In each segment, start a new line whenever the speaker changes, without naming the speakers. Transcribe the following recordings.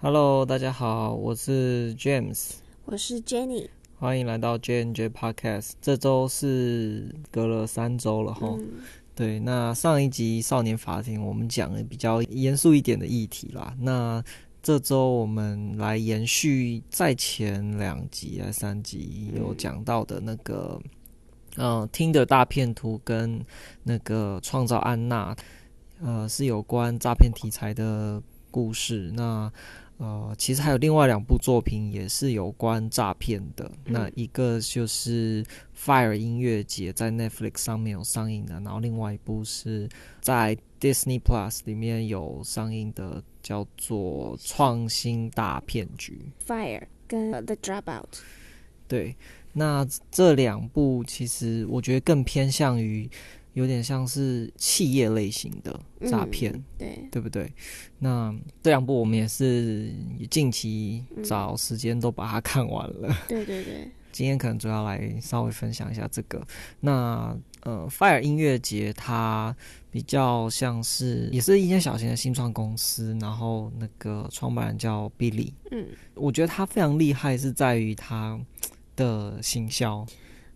Hello，大家好，我是 James，
我是 Jenny。
欢迎来到 J N J Podcast。这周是隔了三周了哈。
嗯，
对，那上一集少年法庭我们讲了比较严肃一点的议题啦。那这周我们来延续在前两集还是三集有讲到的那个，嗯、呃，听的大片图跟那个创造安娜，呃，是有关诈骗题材的故事。那呃，其实还有另外两部作品也是有关诈骗的。那一个就是 Fire 音乐节在 Netflix 上面有上映的，然后另外一部是在 Disney Plus 里面有上映的，叫做《创新大骗局》。
Fire 跟呃 The Dropout，
对，那这两部其实我觉得更偏向于有点像是企业类型的诈骗。
嗯对，
对不对？那这两部我们也是近期找时间都把它看完了。
对对对，
今天可能主要来稍微分享一下这个。那呃，Fire 音乐节它比较像是也是一间小型的新创公司，然后那个创办人叫 Billy，
嗯，
我觉得他非常厉害是在于他的行销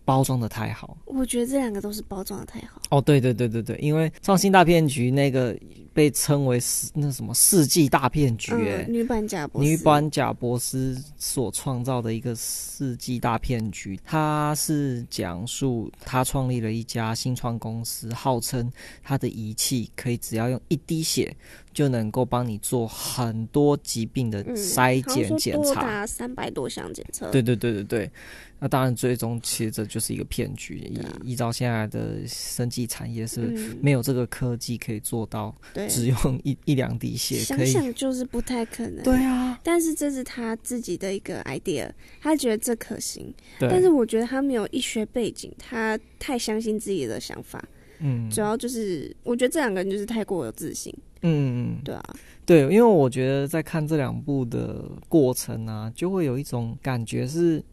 包装的太好。
我觉得这两个都是包装的太好。
哦，对对对对对，因为创新大骗局那个被称为世那什么世纪大骗局、欸，
嗯，女版贾博士，
女版贾博斯所创造的一个世纪大骗局，他是讲述他创立了一家新创公司，号称他的仪器可以只要用一滴血就能够帮你做很多疾病的
嗯
筛检检
好像说多啊
查。
达三百多项检测。
对对对对对，那当然，最终其实这就是一个骗局。依、
对啊
依照现在的生技产业是
嗯，
没有这个科技可以做到，
对，
只用一一两滴血可
想
以。
想就是不太可能。
对。啊，
但是这是他自己的一个 idea，他觉得这可行。
对，
欸但是我觉得他没有医学背景，他太相信自己的想法。
嗯
主要就是，我觉得这两个人就是太过有自信，
嗯，
对啊，
对，因为我觉得在看这两部的过程啊，就会有一种感觉是，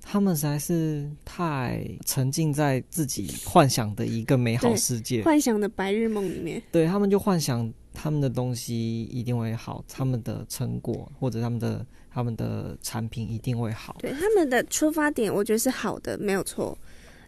他们实在是太沉浸在自己幻想的一个美好
对
世界，
幻想的白日梦里面。
对他们就幻想他们的东西一定会好，他们的成果或者他们的他们的产品一定会好。
对他们的出发点，我觉得是好的，没有错，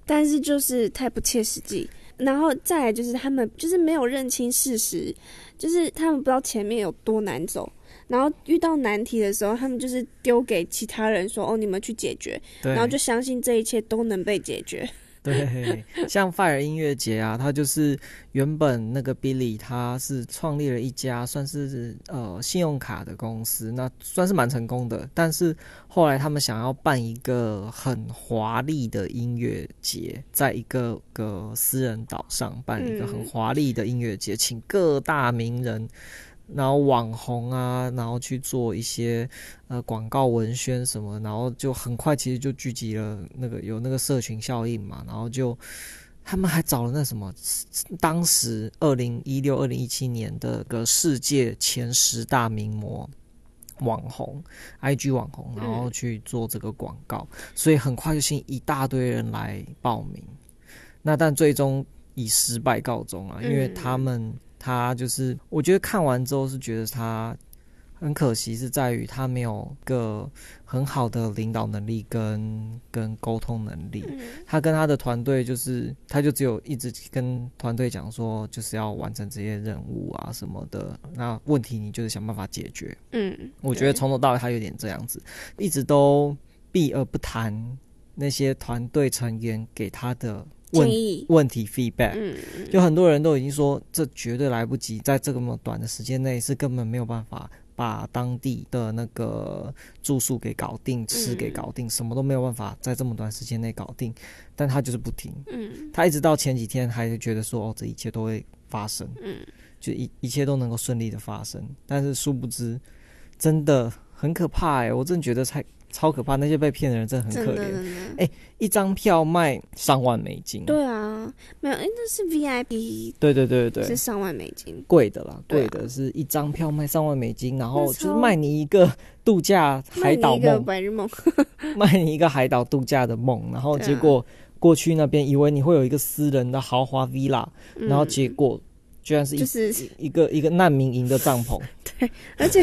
但是就是太不切实际。然后再来就是他们就是没有认清事实，就是他们不知道前面有多难走。然后遇到难题的时候，他们就是丢给其他人说：“哦，你们去解决。”
对，
然后就相信这一切都能被解决。
对，像 Fire 音乐节啊，他就是原本那个 Billy 他是创立了一家算是呃信用卡的公司，那算是蛮成功的。但是后来他们想要办一个很华丽的音乐节，在一个个私人岛上办一个很
嗯
华丽的音乐节，请各大名人。然后网红啊，然后去做一些呃广告文宣什么，然后就很快其实就聚集了那个有那个社群效应嘛，然后就他们还找了那什么，当时二零一六、二零一七年的个世界前十大名模。网红，IG 网红，然后去做这个广告，所以很快就吸引一大堆人来报名。那但最终以失败告终啊，因为
嗯
他们他就是，我觉得看完之后是觉得他很可惜，是在于他没有个很好的领导能力跟跟沟通能力。他跟他的团队就是，他就只有一直跟团队讲说，就是要完成这些任务啊什么的。那问题你就是想办法解决。
嗯，
我觉得从头到尾他有点这样子，一直都避而不谈那些团队成员给他的
对
问
建议，
问题 feedback。
嗯，
就很多人都已经说，这绝对来不及，在这么短的时间内是根本没有办法把当地的那个住宿给搞定，吃给搞
嗯
定，什么都没有办法在这么短时间内搞定。但他就是不停，
嗯
他一直到前几天还觉得说，哦，这一切都会发生，
嗯，
就一一切都能够顺利的发生。但是殊不知，真的很可怕哎、我真的觉得太超可怕，那些被骗的人真的很
真
可
的
怜，
真的。
一张票卖上万美金。
对啊，没有，哎，那是 VIP
对对对对对
是上万美金，
贵的啦，
对
贵
啊
的是一张票卖上万美金，然后
那
就是
超
卖你一个度假海岛
卖你一个
梦，
白日梦。
卖你一个海岛度假的梦，然后
对啊
结果过去那边以为你会有一个私人的豪华 villa，然后
嗯
结果居然是一
就是
一个一个难民营的帐篷，
而且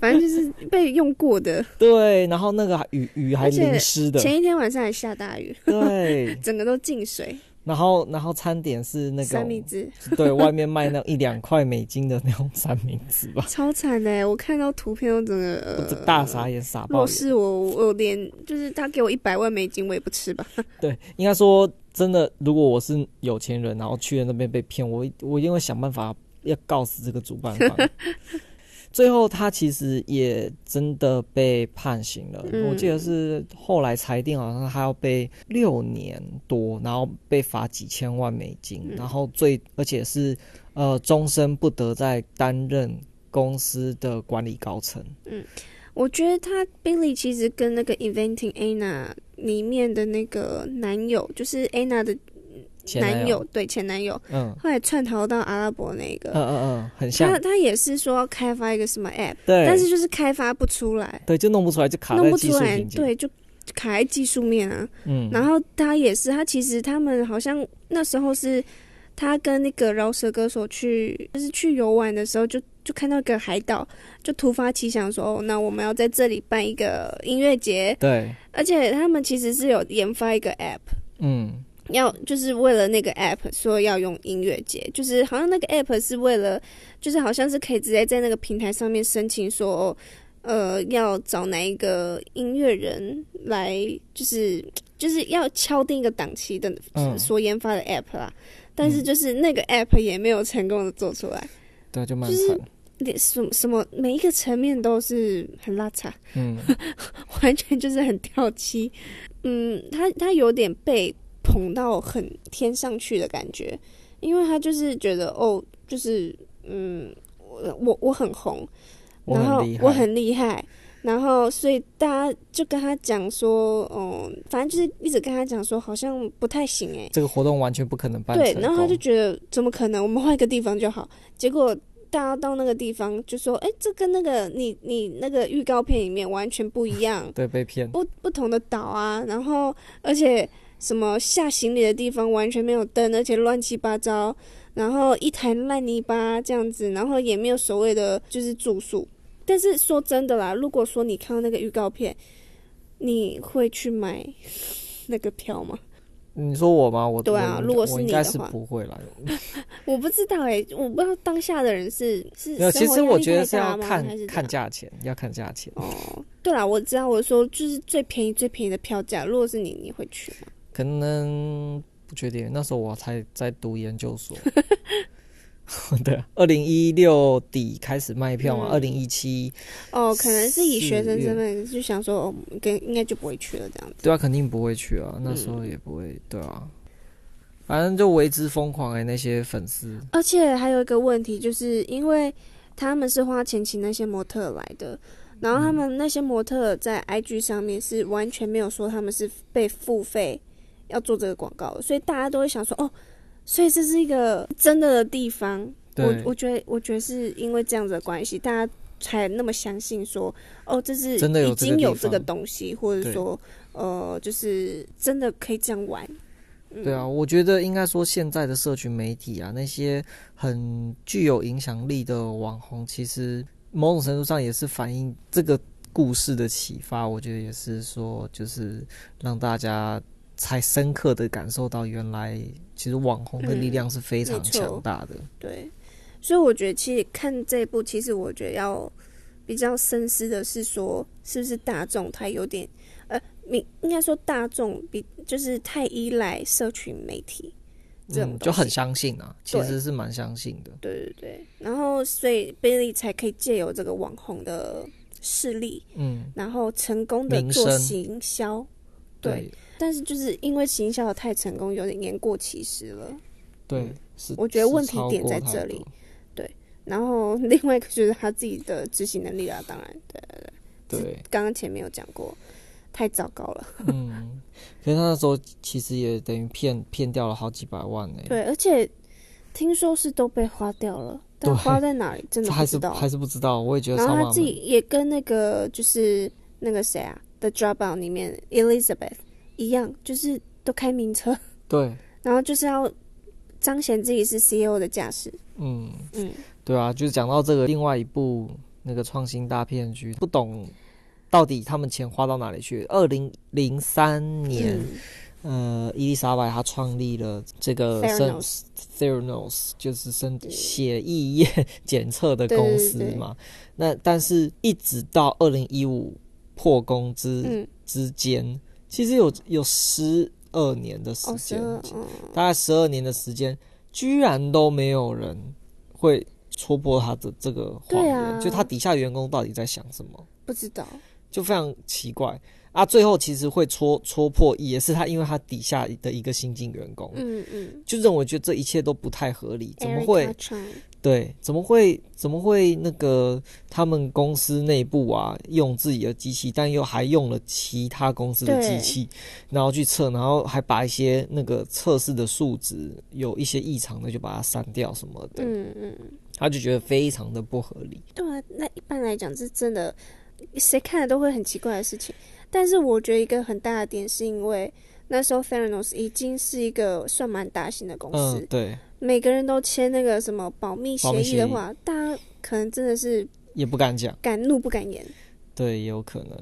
反正就是被用过的。
对，然后那个雨雨还
而且
淋湿的，
前一天晚上还下大雨，
对，
整个都进水，
然后然后餐点是那
三明
个
治
对外面卖那种一两块美金的那种三明治 吧，
超惨的欸，我看到图片我整个、
我这
呃、
大傻眼傻爆
若
眼。
是我，我连就是他给我一百万美金，我也不吃吧。
对，应该说真的，如果我是有钱人，然后去了那边被骗，我一我一定会想办法要告死这个主办 方。最后他其实也真的被判刑了，
嗯
我记得是后来裁定好像他要被六年多，然后被罚几千万美金，
嗯
然后最而且是呃终身不得再担任公司的管理高层。
我觉得他 Billy 其实跟那个 Inventing Anna 里面的那个男友，就是 Anna 的
前
男
男
友，，对前男友，
嗯
后来串逃到阿拉伯那个，
嗯嗯嗯，很像
他，他也是说要开发一个什么 app，
对，
但是就是开发不出来，
对就弄不出来，就卡
弄
在
不
技
出
术
来，
瓶颈。
对，就卡在技术面啊。
嗯，
然后他也是，他其实他们好像那时候是他跟那个饶舌歌手去，就是去游玩的时候就。就看到一个海岛，就突发奇想说：“哦，那我们要在这里办一个音乐节。
对。”
而且他们其实是有研发一个 app，
嗯，
要就是为了那个 app 说要用音乐节，就是好像那个 app 是为了，就是好像是可以直接在那个平台上面申请说，哦呃，要找哪一个音乐人来，就是就是要敲定一个档期的
嗯
所研发的 app 啦。但是就是那个 app 也没有成功的做出来，
对，就蛮
就
惨。
是连什么什么每一个层面都是很拉差。
嗯，
完全就是很掉漆。嗯，他他有点被捧到很天上去的感觉，因为他就是觉得哦，就是嗯，我我我很红，
我
然后
很厉害，
我很厉害。然后，所以大家就跟他讲说，嗯，反正就是一直跟他讲说，好像不太行哎、
这个活动完全不可能办成
对，
功。
然后他就觉得怎么可能？我们换一个地方就好。结果大家到那个地方就说，哎，这跟那个你你那个预告片里面完全不一样。
对被骗，
不不同的岛啊，然后而且什么下行李的地方完全没有灯，而且乱七八糟，然后一滩烂泥巴这样子，然后也没有所谓的就是住宿。但是说真的啦，如果说你看到那个预告片，你会去买那个票吗？
你说我吗？我
对啊
我应
如果是
我
你
应
的
该是
话
不会啦。
我不知道哎、我不知道当下的人是是
没有，其
生活
实
压
我
力
觉得
太
是要
大吗
看
还是怎
看
样
价钱，要看价钱。
哦。对啦，我知道，我说就是最便宜最便宜的票价，如果是你，你会去吗？
可能不确定，那时候我才在读研究 所。对啊，二零一六底开始卖票嘛，二
嗯
零一七
哦，可能是以学生
四月
身份就想说，哦，跟应该就不会去了这样子。
对啊，肯定不会去啊，那时候
嗯
也不会，对啊，反正就为之疯狂哎、那些粉丝，
而且还有一个问题，就是因为他们是花钱请那些模特来的，然后他们那些模特在 IG 上面是完全没有说他们是被付费要做这个广告的，所以大家都会想说，哦，所以这是一个真的地方。我
对
我觉得，我觉得是因为这样子的关系，大家才那么相信说，哦，这是
真的有
已
这个
经
地
有这个
方
东西，或者
对
说，呃，就是真的可以这样玩。嗯
对啊，，我觉得应该说现在的社群媒体啊，那些很具有影响力的网红，其实某种程度上也是反映这个故事的启发。我觉得也是说，就是让大家才深刻的感受到，原来其实网红的力量是非常
嗯没错
强大的。
对，所以我觉得其实看这一部，其实我觉得要比较深思的是说，是不是大众他有点呃，你应该说大众比就是太依赖社群媒体这种、
嗯，就很。相信啊，其
对
实是蛮相信的。
对对对，然后所以 Billy 才可以借由这个网红的势力，
嗯，
然后成功的
名
做
声
行销。对
对
但是就是因为行销的太成功，有点言过其实了。
对，是。
嗯我觉得
是
问题
超
点
过
在
太
这
多
里然后另外一个就是他自己的执行能力啦，当然，对对对，
对，
刚刚前面有讲过，太糟糕了。
嗯，可是他那时候其实也等于骗骗掉了好几百万呢、
对，而且听说是都被花掉了，但
对
花在哪里真的
这
不
还
知
是
道。
还是不知道，我也觉得
然
超
后他
纳
自己
闷。
也跟那个就是那个谁啊，《The Dropout》里面 Elizabeth 一样，就是都开名车，
对，
然后就是要彰显自己是 CEO 的架势。
嗯，
嗯，
对啊，就是讲到这个另外一部那个创新大片区，不懂到底他们钱花到哪里去。二零零三年，
嗯
呃，伊丽莎白她创立了这个
Theranos
Theranos 就是身血液液检测的公司嘛。那但是一直到二零一五破功之、
嗯，
之间，其实有有十二年的时
哦，十
间，
二，嗯，
大概十二年的时间，居然都没有人会戳破他的这个谎
对
言，
啊
就他底下员工到底在想什么，
不知道，
就非常奇怪啊。最后其实会戳戳破，也是他因为他底下的一个新进员工，
嗯嗯，
就认为觉得这一切都不太合理，怎么会？
Erica Chung？
对，怎么会怎么会那个他们公司内部啊用自己的机器，但又还用了其他公司的机
对
器，然后去测，然后还把一些那个测试的数值有一些异常的就把它删掉什么的，
嗯嗯，
他就觉得非常的不合理。
对啊，那一般来讲，这真的谁看了都会很奇怪的事情。但是我觉得一个很大的点是因为那时候 Theranos 已经是一个算蛮大型的公司
嗯，，对，
每个人都签那个什么保密协
保密
议
协
的
议
话，大家可能真的是
也不敢讲，
敢怒不敢言。
对，也有可能，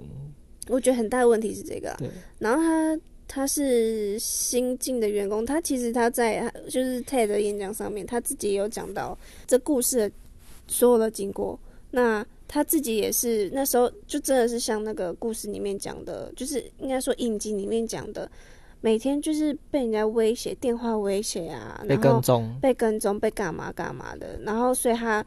我觉得很大的问题是这个啊。
对，
然后他他是新进的员工，他其实他在他就是 TED 的演讲上面，他自己也有讲到这故事的所有的经过。那他自己也是那时候就真的是像那个故事里面讲的，就是应该说影集里面讲的，每天就是被人家威胁，电话威胁啊，
被
然后
跟踪，
被跟踪，被干嘛干嘛的，然后所以他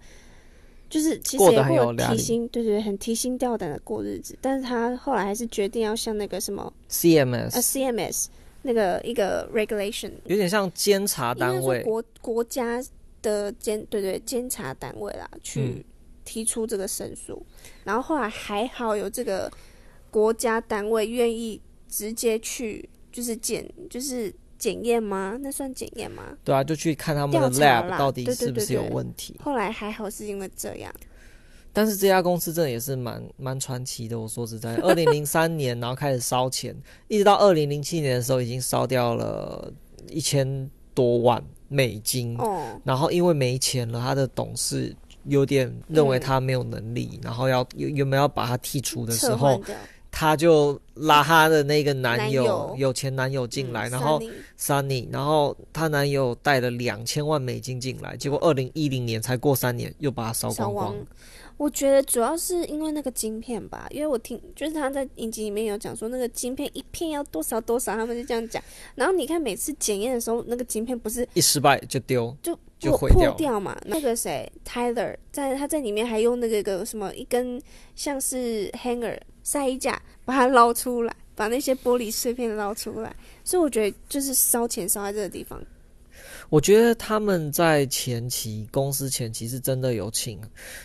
就是其实
过得
也
很
会
有压
提
力
心，对对，对很提心吊胆的过日子，但是他后来还是决定要像那个什么呃
CMS
CMS 那个一个 regulation，
有点像监察
应该
单
说
位，
国国家的监对对监察单位啦，
嗯
去提出这个申诉，然后后来还好有这个国家单位愿意直接去就是检就是检验吗？那算检验吗？
对啊，就去看他们的
调查
lab
啦
到底
对对
是不
对
是有
对
问题。
后来还好是因为这样，
但是这家公司真的也是蛮蛮传奇的。我说实在，二零零三年然后开始烧钱，一直到二零零七年的时候已经烧掉了一千多万美金。
哦，
然后因为没钱了，他的董事有点认为他没有能力，然后要原原本要把他剔除的时
撤
候
换，掉
他就拉他的那个男友
男友
有钱男友进来，
嗯
然后
Sunny
Sunny，然后她男友带了两千万美金进来，结果二零一零年才过三年又把他烧
小
光
王
光。，
我觉得主要是因为那个晶片吧，因为我听就是他在影集里面有讲说那个晶片一片要多少多少，他们就这样讲。然后你看每次检验的时候，那个晶片不是
一失败就丢，
就
就
破
毁掉
破
了
掉嘛？那个谁，Tyler 在他在里面还用那个个什么一根像是 hanger 晒衣架把它捞出来，把那些玻璃碎片捞出来。所以我觉得就是烧钱烧在这个地方，
我觉得他们在前期公司前期是真的有请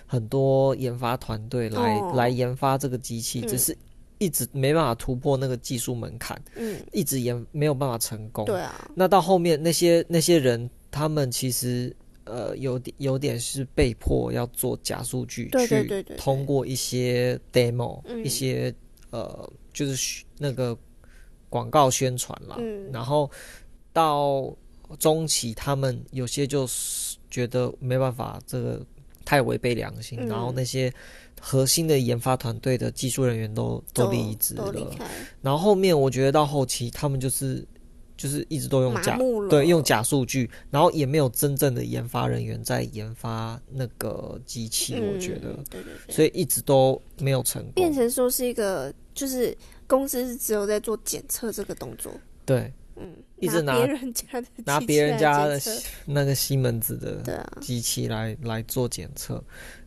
很多研发团队来、
哦
来研发这个机器，
嗯
只是一直没办法突破那个技术门槛，
嗯，
一直研没有办法成功。
对啊，
那到后面那些那些人，他们其实呃有点有点是被迫要做假数据
对对对
去
对
通过一些 demo、
嗯
一些呃就是嘘那个广告宣传啦，
嗯
然后到中期他们有些就是觉得没办法，这个太违背良心，
嗯
然后那些核心的研发团队的技术人员都都离职
都
了，
离开，
然后后面我觉得到后期，他们就是就是一直都用
麻
假
木了，
对用假数据，然后也没有真正的研发人员在研发那个机器，我觉得
嗯，对对对，
所以一直都没有成
变
功。
成说是一个，就是公司是只有在做检测这个动作，
对，
嗯，
一直拿
别人家的
拿
机器
别人
来
家的
检测
那个西门子的
对啊，
机器来来做检测，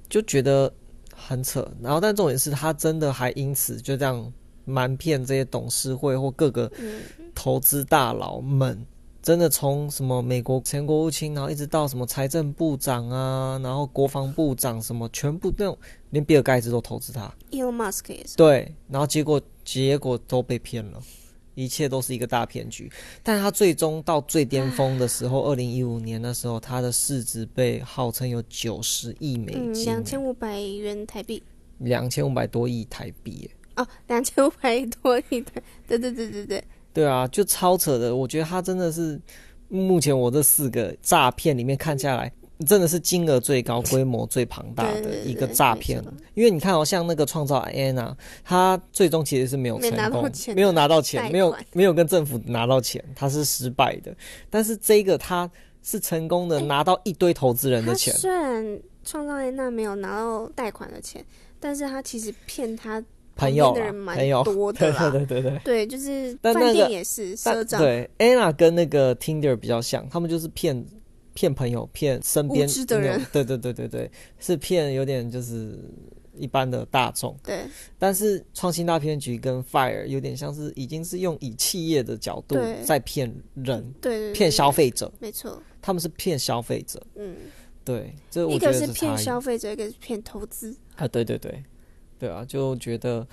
就觉得很扯。然后但重点是他真的还因此就这样瞒骗这些董事会或各个
嗯，
投资大佬们，真的从什么美国前国务卿，然后一直到什么财政部长啊，然后国防部长什么，全部那种，连比尔盖茨都投资他，
Elon Musk 也是，
对，然后结果结果都被骗了。一切都是一个大骗局，但他最终到最巅峰的时候，二零一五年的时候，他的市值被号称有九十亿美
嗯，
金
两，千五百元台币，
两千五百多亿台币耶，
哦，两千五百多一台，对对对对对，
对啊，就超扯的。我觉得他真的是目前我这四个诈骗里面看下来，真的是金额最高、规模最庞大
对
的
对
一个
对
诈
没
骗
错。
因为你看哦，像那个创造 Anna，她最终其实是没有
没
成
拿到
功
钱，
没有拿到钱，
贷
没有
款
没有跟政府拿到钱，她是失败的。但是这个她是成功的拿到一堆投资人的
哎他
钱，
虽然创造安娜没有拿到贷款的钱，但是他其实骗他
朋友
旁边的
啦
人
朋
蛮
友，
多的
对
啦。
对对对 对。
对，就是
但
饭
那个
店也是
但
赊账，
对 Anna 跟那个 Tinder 比较像，他们就是骗骗朋友、骗身边
无知的人
那种对对对对对，是骗有点就是一般的大众。
对
但是创新大骗局跟 Fire 有点像是已经是用以企业的角度
对嗯
在骗人、
对对对
骗消，费者，
对没错，
他们是骗消费者。
嗯，
对，这我
一
觉得
个是
差
骗
异
消费者，一个是骗投资。
啊，对对对，对啊，就觉得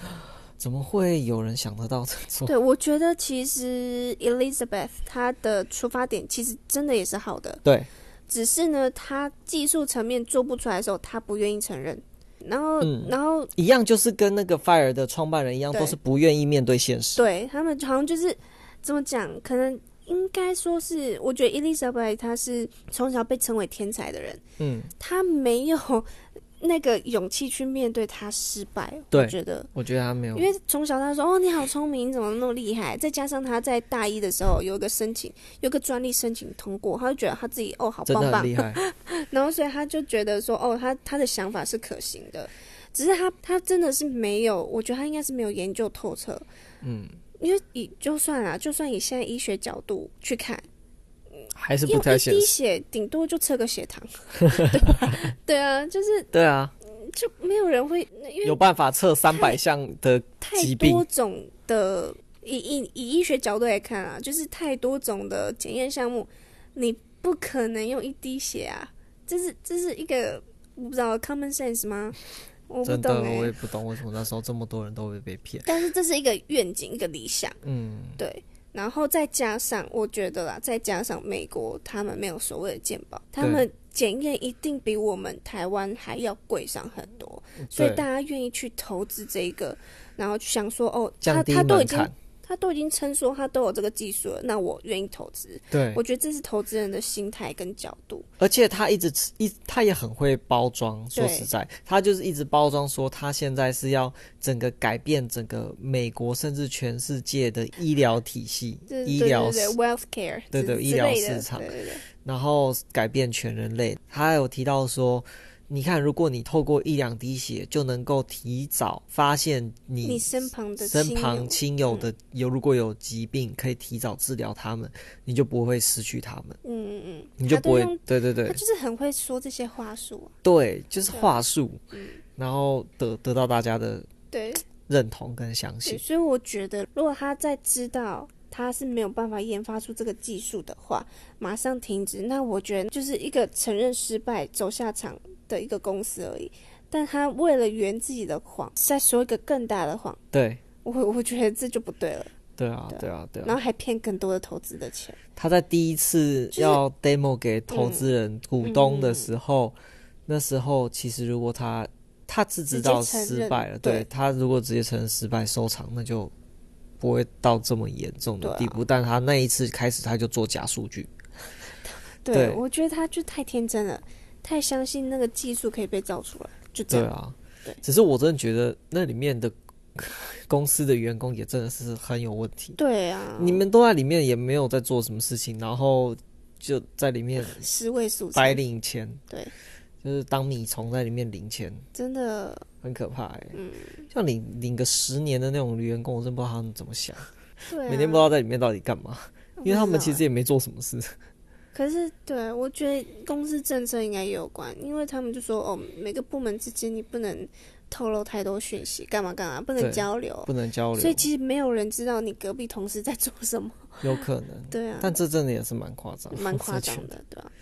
怎么会有人想得到这种？
对，我觉得其实 Elizabeth 她的出发点其实真的也是好的，
对，
只是呢，她技术层面做不出来的时候，她不愿意承认。然后，
嗯
然后
一样就是跟那个 Fire 的创办人一样，
对
都是不愿意面对现实。
对他们好像就是怎么讲，可能应该说是，我觉得 Elizabeth 她是从小被称为天才的人，
嗯，
她没有 那个勇气去面对她失败。
对
我觉得。
我觉得他没有
因，为从小他说哦你好聪明，你怎么那么厉害？再加上他在大一的时候有一个申请，有一个专利申请通过，他就觉得他自己哦好
真
棒
的很
棒
厉， 害。
然后所以他就觉得说哦他他的想法是可行的，只是他他真的是没有，我觉得他应该是没有研究透彻，
嗯，
因为以就算啦，就算以现在医学角度去看，
还是
用
不太
一
现
滴
实。
血顶多就测个血糖， 对啊，就是
对啊，
就没有人会因为
有办法测三百项的
太
疾病
多种的，以以以医学角度来看啊，就是太多种的检验项目，你不可能用一滴血啊，这是这是一个我不知道 common sense 吗？ 我不
真的，
懂哎、
我也不懂为什么那时候这么多人都会被骗。
但是这是一个愿景，一个理想，
嗯，
对。然后再加上，我觉得啦，再加上美国他们没有所谓的健保，他们检验一定比我们台湾还要贵上很多，所以
嗯对
大家愿意去投资这一个，然后想说哦，他
降低
他都已
门
经
槛，
他都已经称说他都有这个技术了，那我愿意投资。
对
我，觉得这是投资人的心态跟角度。
而且他一直吃一，他也很会包装。说
对
实在，他就是一直包装说他现在是要整个改变整个美国甚至全世界的医疗体系
这、是
医
对
疗
对对
市，
，wealth care，
对对
之
医疗
之类的
市场
对对对，
然后改变全人类。他还有提到说。你看，如果你透过一两滴血就能够提早发现
你身旁的
身
亲
旁
友嗯
亲友的有如果有疾病，可以提早治疗他们，你就不会失去他们，
嗯嗯嗯，
你就
他
不
都
会
用，
对对
他
对
就是很会说这些话术啊、
对，就是
对
话术，然后得得到大家的
对
认同跟相
对，
信，
所以我觉得，如果他在知道他是没有办法研发出这个技术的话，马上停止，那我觉得就是一个承认失败、走下场的一个公司而已。但他为了圆自己的谎，再说一个更大的谎。
对
我我觉得这就不对了，
对啊
对啊
对啊对
然
啊。
后还骗更多的投资的钱，
他在第一次
就是嗯
要 demo 给投资人股东的时候，那时候其实如果他他是知道
直接承
失
认
败了，
对
对他如果直接承认失败收场，那就不会到这么严重
对
的
啊
地步。但他那一次开始他就做假数据。
对
对
我觉得他就太天真了，太相信那个技术可以被造出来，就这
对
样。
啊
对，
只是我真的觉得那里面 的公司的员工也真的是很有问题。
对啊，
你们都在里面也没有在做什么事情，然后就在里面
十位数字
白领钱，
对，
就是当米虫在里面领钱，
真的
很可怕哎、
嗯
像领领个十年的那种员工，我真不知道他们怎么想，
对、啊，
每天不知道在里面到底干嘛，
我不
因为他
知
们
道
其
欸
实也没做什么事。
可是，对我觉得公司政策应该也有关，因为他们就说哦，每个部门之间你不能透露太多讯息，干嘛干嘛，不能
对
交流，
不能交
哦所以
流，
其实没有人知道你隔壁同事在做什么。
有可能，
对啊，
但这真的也是蛮夸张，
蛮
我
夸
真
张
的觉得。
的，对吧、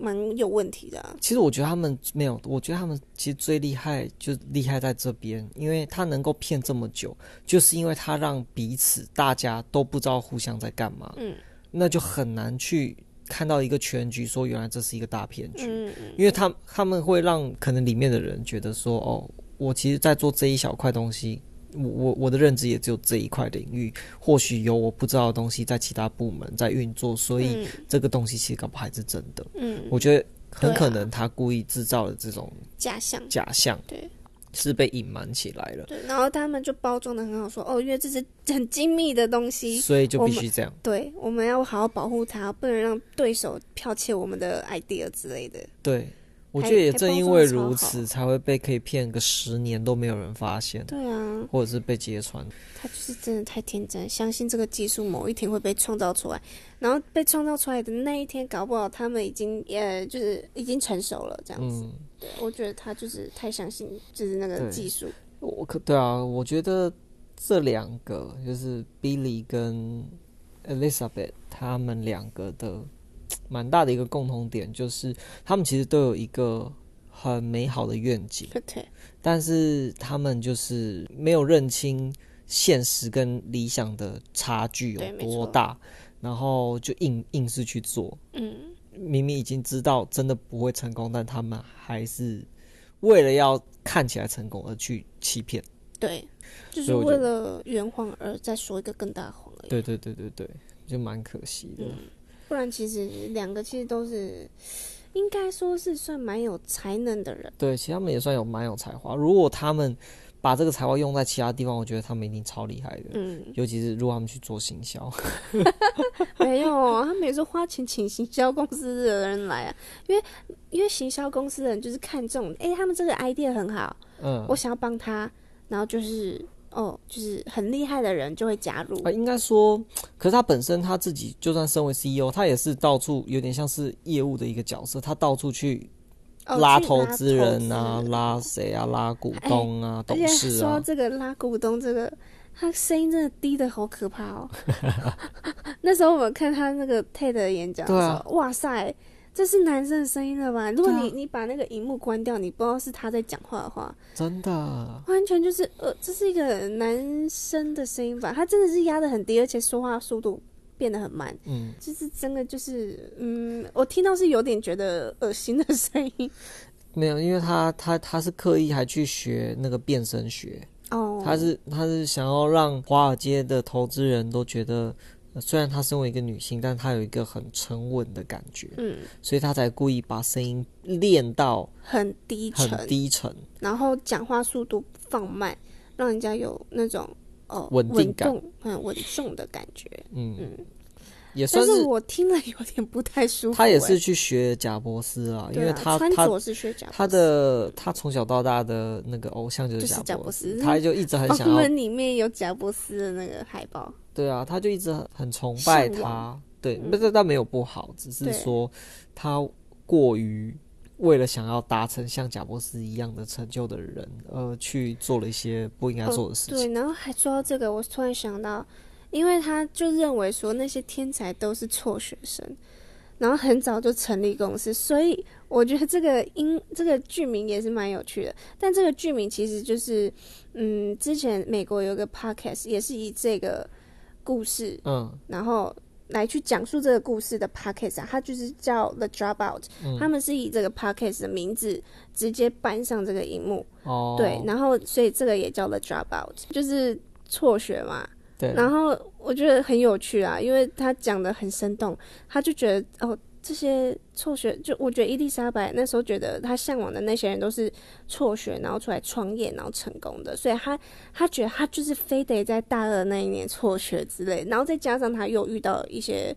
蛮有问题的、啊，
其实我觉得他们没有，我觉得他们其实最厉害就厉害在这边，因为他能够骗这么久，就是因为他让彼此大家都不知道互相在干嘛，
嗯
那就很难去看到一个全局，说原来 这是一个大骗局，
嗯嗯，
因为他他们会让可能里面的人觉得说，哦，我其实在做这一小块东西。我我我的认知也只有这一块领域，或许有我不知道的东西在其他部门在运作，所以
嗯
这个东西其实搞不好还是真的。
嗯，
我觉得很
对啊
可能他故意制造了这种
假象。
假象，
对，
是被隐瞒起来了，
对，然后他们就包装的很好说哦，因为这是 很精密的东西，
所以就
我
必
们
须这样。
对，我们要好好保护它，不能让对手剽窃我们的 idea 之类的。
对，我
还
觉得也
还
正
包
因
装
为
得超
如
好
此，才会被可以骗个十年都没有人发现，
对啊，
或者是被揭穿。
他就是真的太天真，相信这个技术某一天会被创造出来，然后被创造出来的那一天，搞不好他们已经呃，就是已经成熟了这样子。
嗯，
对，我觉得他就是太相信就是那个
对
技术。
我可对啊，我觉得这两个就是 Billy 跟 Elizabeth 他们两个的蛮大的一个共同点，就是他们其实都有一个很美好的愿景，
对，
但是他们就是没有认清现实跟理想的差距
对
有
没
多
错
大，然后就硬硬是去做。
嗯，
明明已经知道真的不会成功，但他们还是为了要看起来成功而去欺骗。
对，就
所
是
以我觉
为
得
了圆谎而再说一个更大的谎而已。
对对对对对，就蛮可惜的。
不然其实两个其实都是，应该说是算蛮有才能的人。
对，其实他们也算有蛮有才华。如果他们把这个才华用在其他地方，我觉得他们一定超厉害的。
嗯，
尤其是如果他们去做行销，
没有，哦他们也是花钱请行销公司的人来啊，因为因为行销公司的人就是看中，哎、他们这个 idea 很好，
嗯，
我想要帮他，然后就是哦，就是很厉害的人就会加入
啊，。应该说，可是他本身他自己就算身为 CEO，他也是到处有点像是业务的一个角色，他到处去
哦
拉
去
投资人啊，
投资哎
拉谁啊，拉股东啊，
而
董
且
事
说
啊
到，这个拉股东，这个他声音真的低的好可怕哦。 那时候我看他那个 TED 的演讲的时
对
候，
啊
哇塞，这是男生的声音了吧？如果
对啊
你、你把那个荧幕关掉，你不知道是他在讲话的话，
真的。
完全就是呃，这是一个男生的声音吧？他真的是压的很低，而且说话速度变得很慢，
嗯，
就是真的就是嗯，我听到是有点觉得恶心的声音
没有，因为他他他是刻意还去学那个变声学，
哦。
他是他是想要让华尔街的投资人都觉得，呃虽然她身为一个女性，但她有一个很沉稳的感觉，
嗯，
所以她才故意把声音练到
很低沉，
很低沉，
然后讲话速度放慢，让人家有那种哦
稳定感
重嗯稳重的感觉。
嗯，
嗯，
也算
但
是
是我听了有点不太舒服欸。
他也是去学贾伯斯啊，因
对啊，
为他
穿
他
着是学假
他的他从小到大的那个偶像就
就是是
贾
贾
伯
伯
斯，
斯
他就一直很
哦，
想
我
要，
们里面有贾伯斯的那个海报，
对啊，他就一直很很崇拜
向
他
往，
对，
嗯
不但但没有不好，只是
对
说他过于为了想要达成像贾伯斯一样的成就的人，呃，去做了一些不应该做的事情，
哦对，然后还说到这个，我突然想到，因为他就认为说那些天才都是辍学生，然后很早就成立公司，所以我觉得这个英这个剧名也是蛮有趣的。但这个剧名其实就是，嗯，之前美国有个 podcast 也是以这个故事，
嗯
然后。来去讲述这个故事的 podcast 啊，它就是叫 The Dropout，、他
嗯，
们是以这个 podcast 的名字直接搬上这个荧幕，
哦，
对，然后所以这个也叫 the dropout，就是辍学嘛。
对，
然后我觉得很有趣啊，因为他讲的很生动，他就觉得哦，这些辍学，就我觉得伊丽莎白那时候觉得她向往的那些人都是辍学，然后出来创业，然后成功的，所以她她觉得她就是非得在大二那一年辍学之类，然后再加上她又遇到一些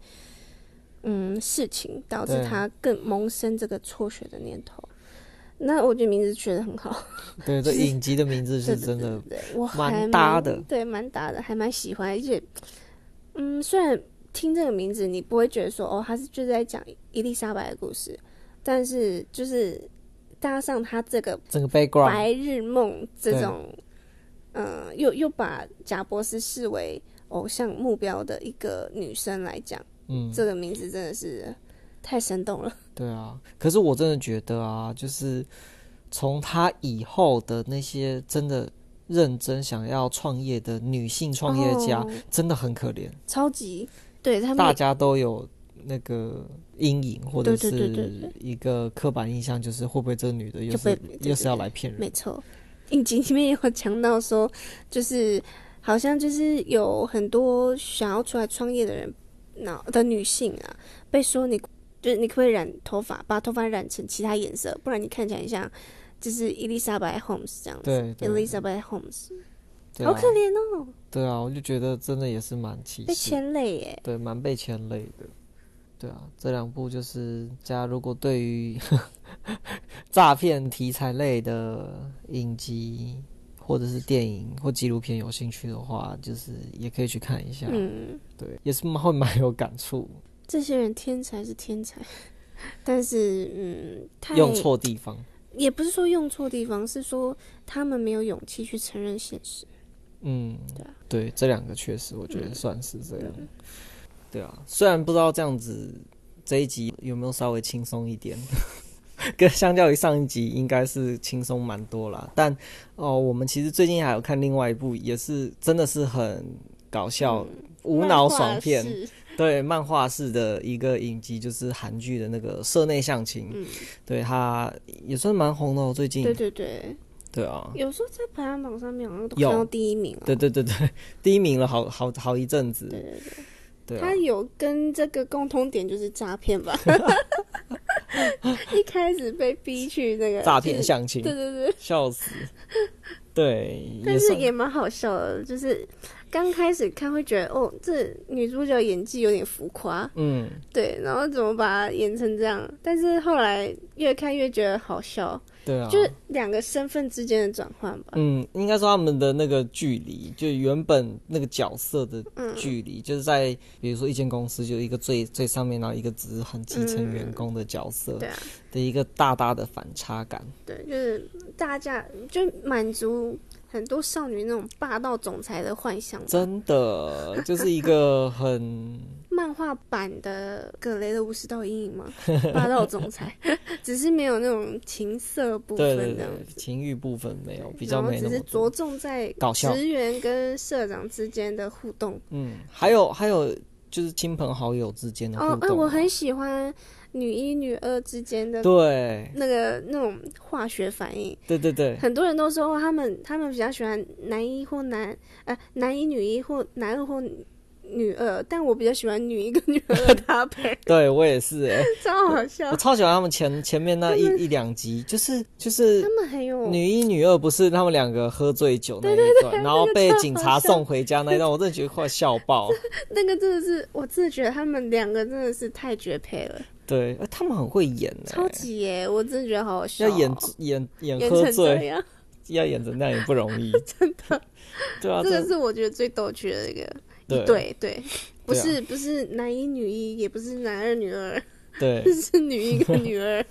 嗯事情，导致
对
她更萌生这个辍学的念头。那我觉得名字取得很好。
对这影集的名字
对
是
对
真的
对，我
蛮
还
搭的
对，蛮搭的，还蛮喜欢。而且，嗯，虽然听这个名字，你不会觉得说哦，他是就是在讲伊丽莎白的故事，但是就是搭上他这个
整个 background，
白日梦这种，嗯、又又把贾博士视为偶像目标的一个女生来讲，
嗯，
这个名字真的是太生动了。
对啊，可是我真的觉得啊，就是从她以后的那些真的认真想要创业的女性创业家，
哦
真的很可怜，
超级对他
大
们
家都有那个阴影或者
对对对对
是一个刻板印象，就是会不会这个女的又
就是被对对
又是要来骗人
没？错，影集里面也有讲到说，就是好像就是有很多想要出来创业的人，那的女性啊，被说你就是你可不可以染头发，把头发染成其他颜色，不然你看起来像就是伊丽莎白 Holmes 这样子。
对对
Elizabeth Holmes，、
对
好
啊
可怜哦，
对啊，我就觉得真的也是蛮歧
被
视的，
牵累耶。
对，蛮被牵累的。对啊，这两部就是大家如果对于 诈骗题材类的影集或者是电影或纪录片有兴趣的话，就是也可以去看一下。
嗯，
对，也是蛮会蛮有感触，
这些人天才是天才， 但是嗯，太
用错地方。
也不是说用错地方，是说他们没有勇气去承认现实。
嗯，
对啊嗯
对，这两个确实，我觉得算是这样。对啊，虽然不知道这样子这一集有没有稍微轻松一点， 跟相较于上一集应该是轻松蛮多啦。但哦，我们其实最近还有看另外一部，也是真的是很搞笑、无脑爽片，
嗯漫画是
对，漫画式的一个影集，就是韩剧的那个《社内相亲》
嗯
对，它也算蛮红的、哦，最近。
对对对，
对啊，
有时候在排行榜上面好像都
有
看到第一名了。
对对对对，第一名了好，好好一阵子。
对对对。
对啊
他，有跟这个共通点就是诈 骗吧？一开始被逼去那个
诈骗
就是
相亲，
对对对，
笑死。对，
但是
算
也蛮好笑的，就是刚开始看会觉得哦，这女主角演技有点浮夸，
嗯，
对，然后怎么把它演成这样？但是后来越看越觉得好笑，
对啊，
就是两个身份之间的转换吧。
嗯，应该说他们的那个距离，就原本那个角色的
嗯
距离，就是在比如说一间公司，就一个最最上面，然后一个只是很基层员工的角色
对啊，
的一个大大的反差感。
对，啊就是大家就满足很多少女那种霸道总裁的幻想吧。
真的就是一个很
漫画版的葛雷的五十道阴影 吗？霸道总裁， 只是没有那种情色 部
对
分
对
这样
对
子，
情欲部分没有比较
然后
没
只
那
是
么
着
多。
重在
搞笑
职员跟社长之间的互动。
嗯，还有还有就是亲朋好友之间的互
哦，哎、
动啊、
我很喜欢女一女二之间的
对
那个那种化学反应。
对对对，
很多人都说哦他们他们比较喜欢男一或男呃男一女一或男二或女二，但我比较喜欢女一跟女二的搭配，
对我也是哎、
超好笑
我。超喜欢他们前前面那一一两集，就是就是
他们很有
女一女二不是他们两个喝醉酒那一段，然后被警察送回家那一段，我真的觉得快笑爆。
那个真的是，我真的觉得他们两个真的是太绝配了，
对，呃他们很会演哎、
超级耶！我真的觉得好好笑
要
哦、
演演演
演
喝
成这
醉，
样，
要演成那样也不容 易，真的。对啊，
这个
这
是我觉得最逗趣的一个。
对啊
对对，不是、不是男一女一，也不是男二女二，
对
是女一跟 女二，
啊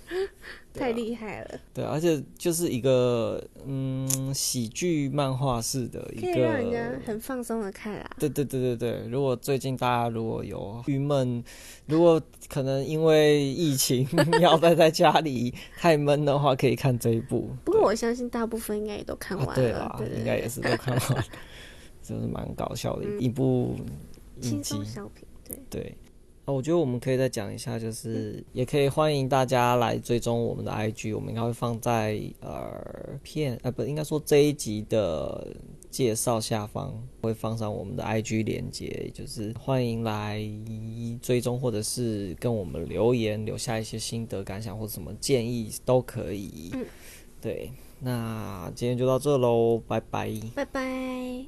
太厉害了，
对，而且就是一个嗯喜剧漫画式的一
可
个
以让人家很放松的看啦。
对对对对对，如果最近大家如果有郁闷，如果可能因为疫情 要待在家里太闷的话，可以看这一部。
不过我相信大部分应该也都看
啊，
完
对
了，
啦，
对
应该
对
也
对，
是都看完了， 真是蛮搞笑的一、一部影
嗯轻
集
松。小品，对，
对，啊，我觉得我们可以再讲一下，就是也可以欢迎大家来追踪我们的 IG，我们应该会放在呃片呃不应该说这一集的介绍下方会放上我们的 IG 连接，就是欢迎来追踪或者是跟我们留言，留下一些心得感想或者什么建议都可以。
嗯
对，那今天就到这喽，拜拜。
拜拜。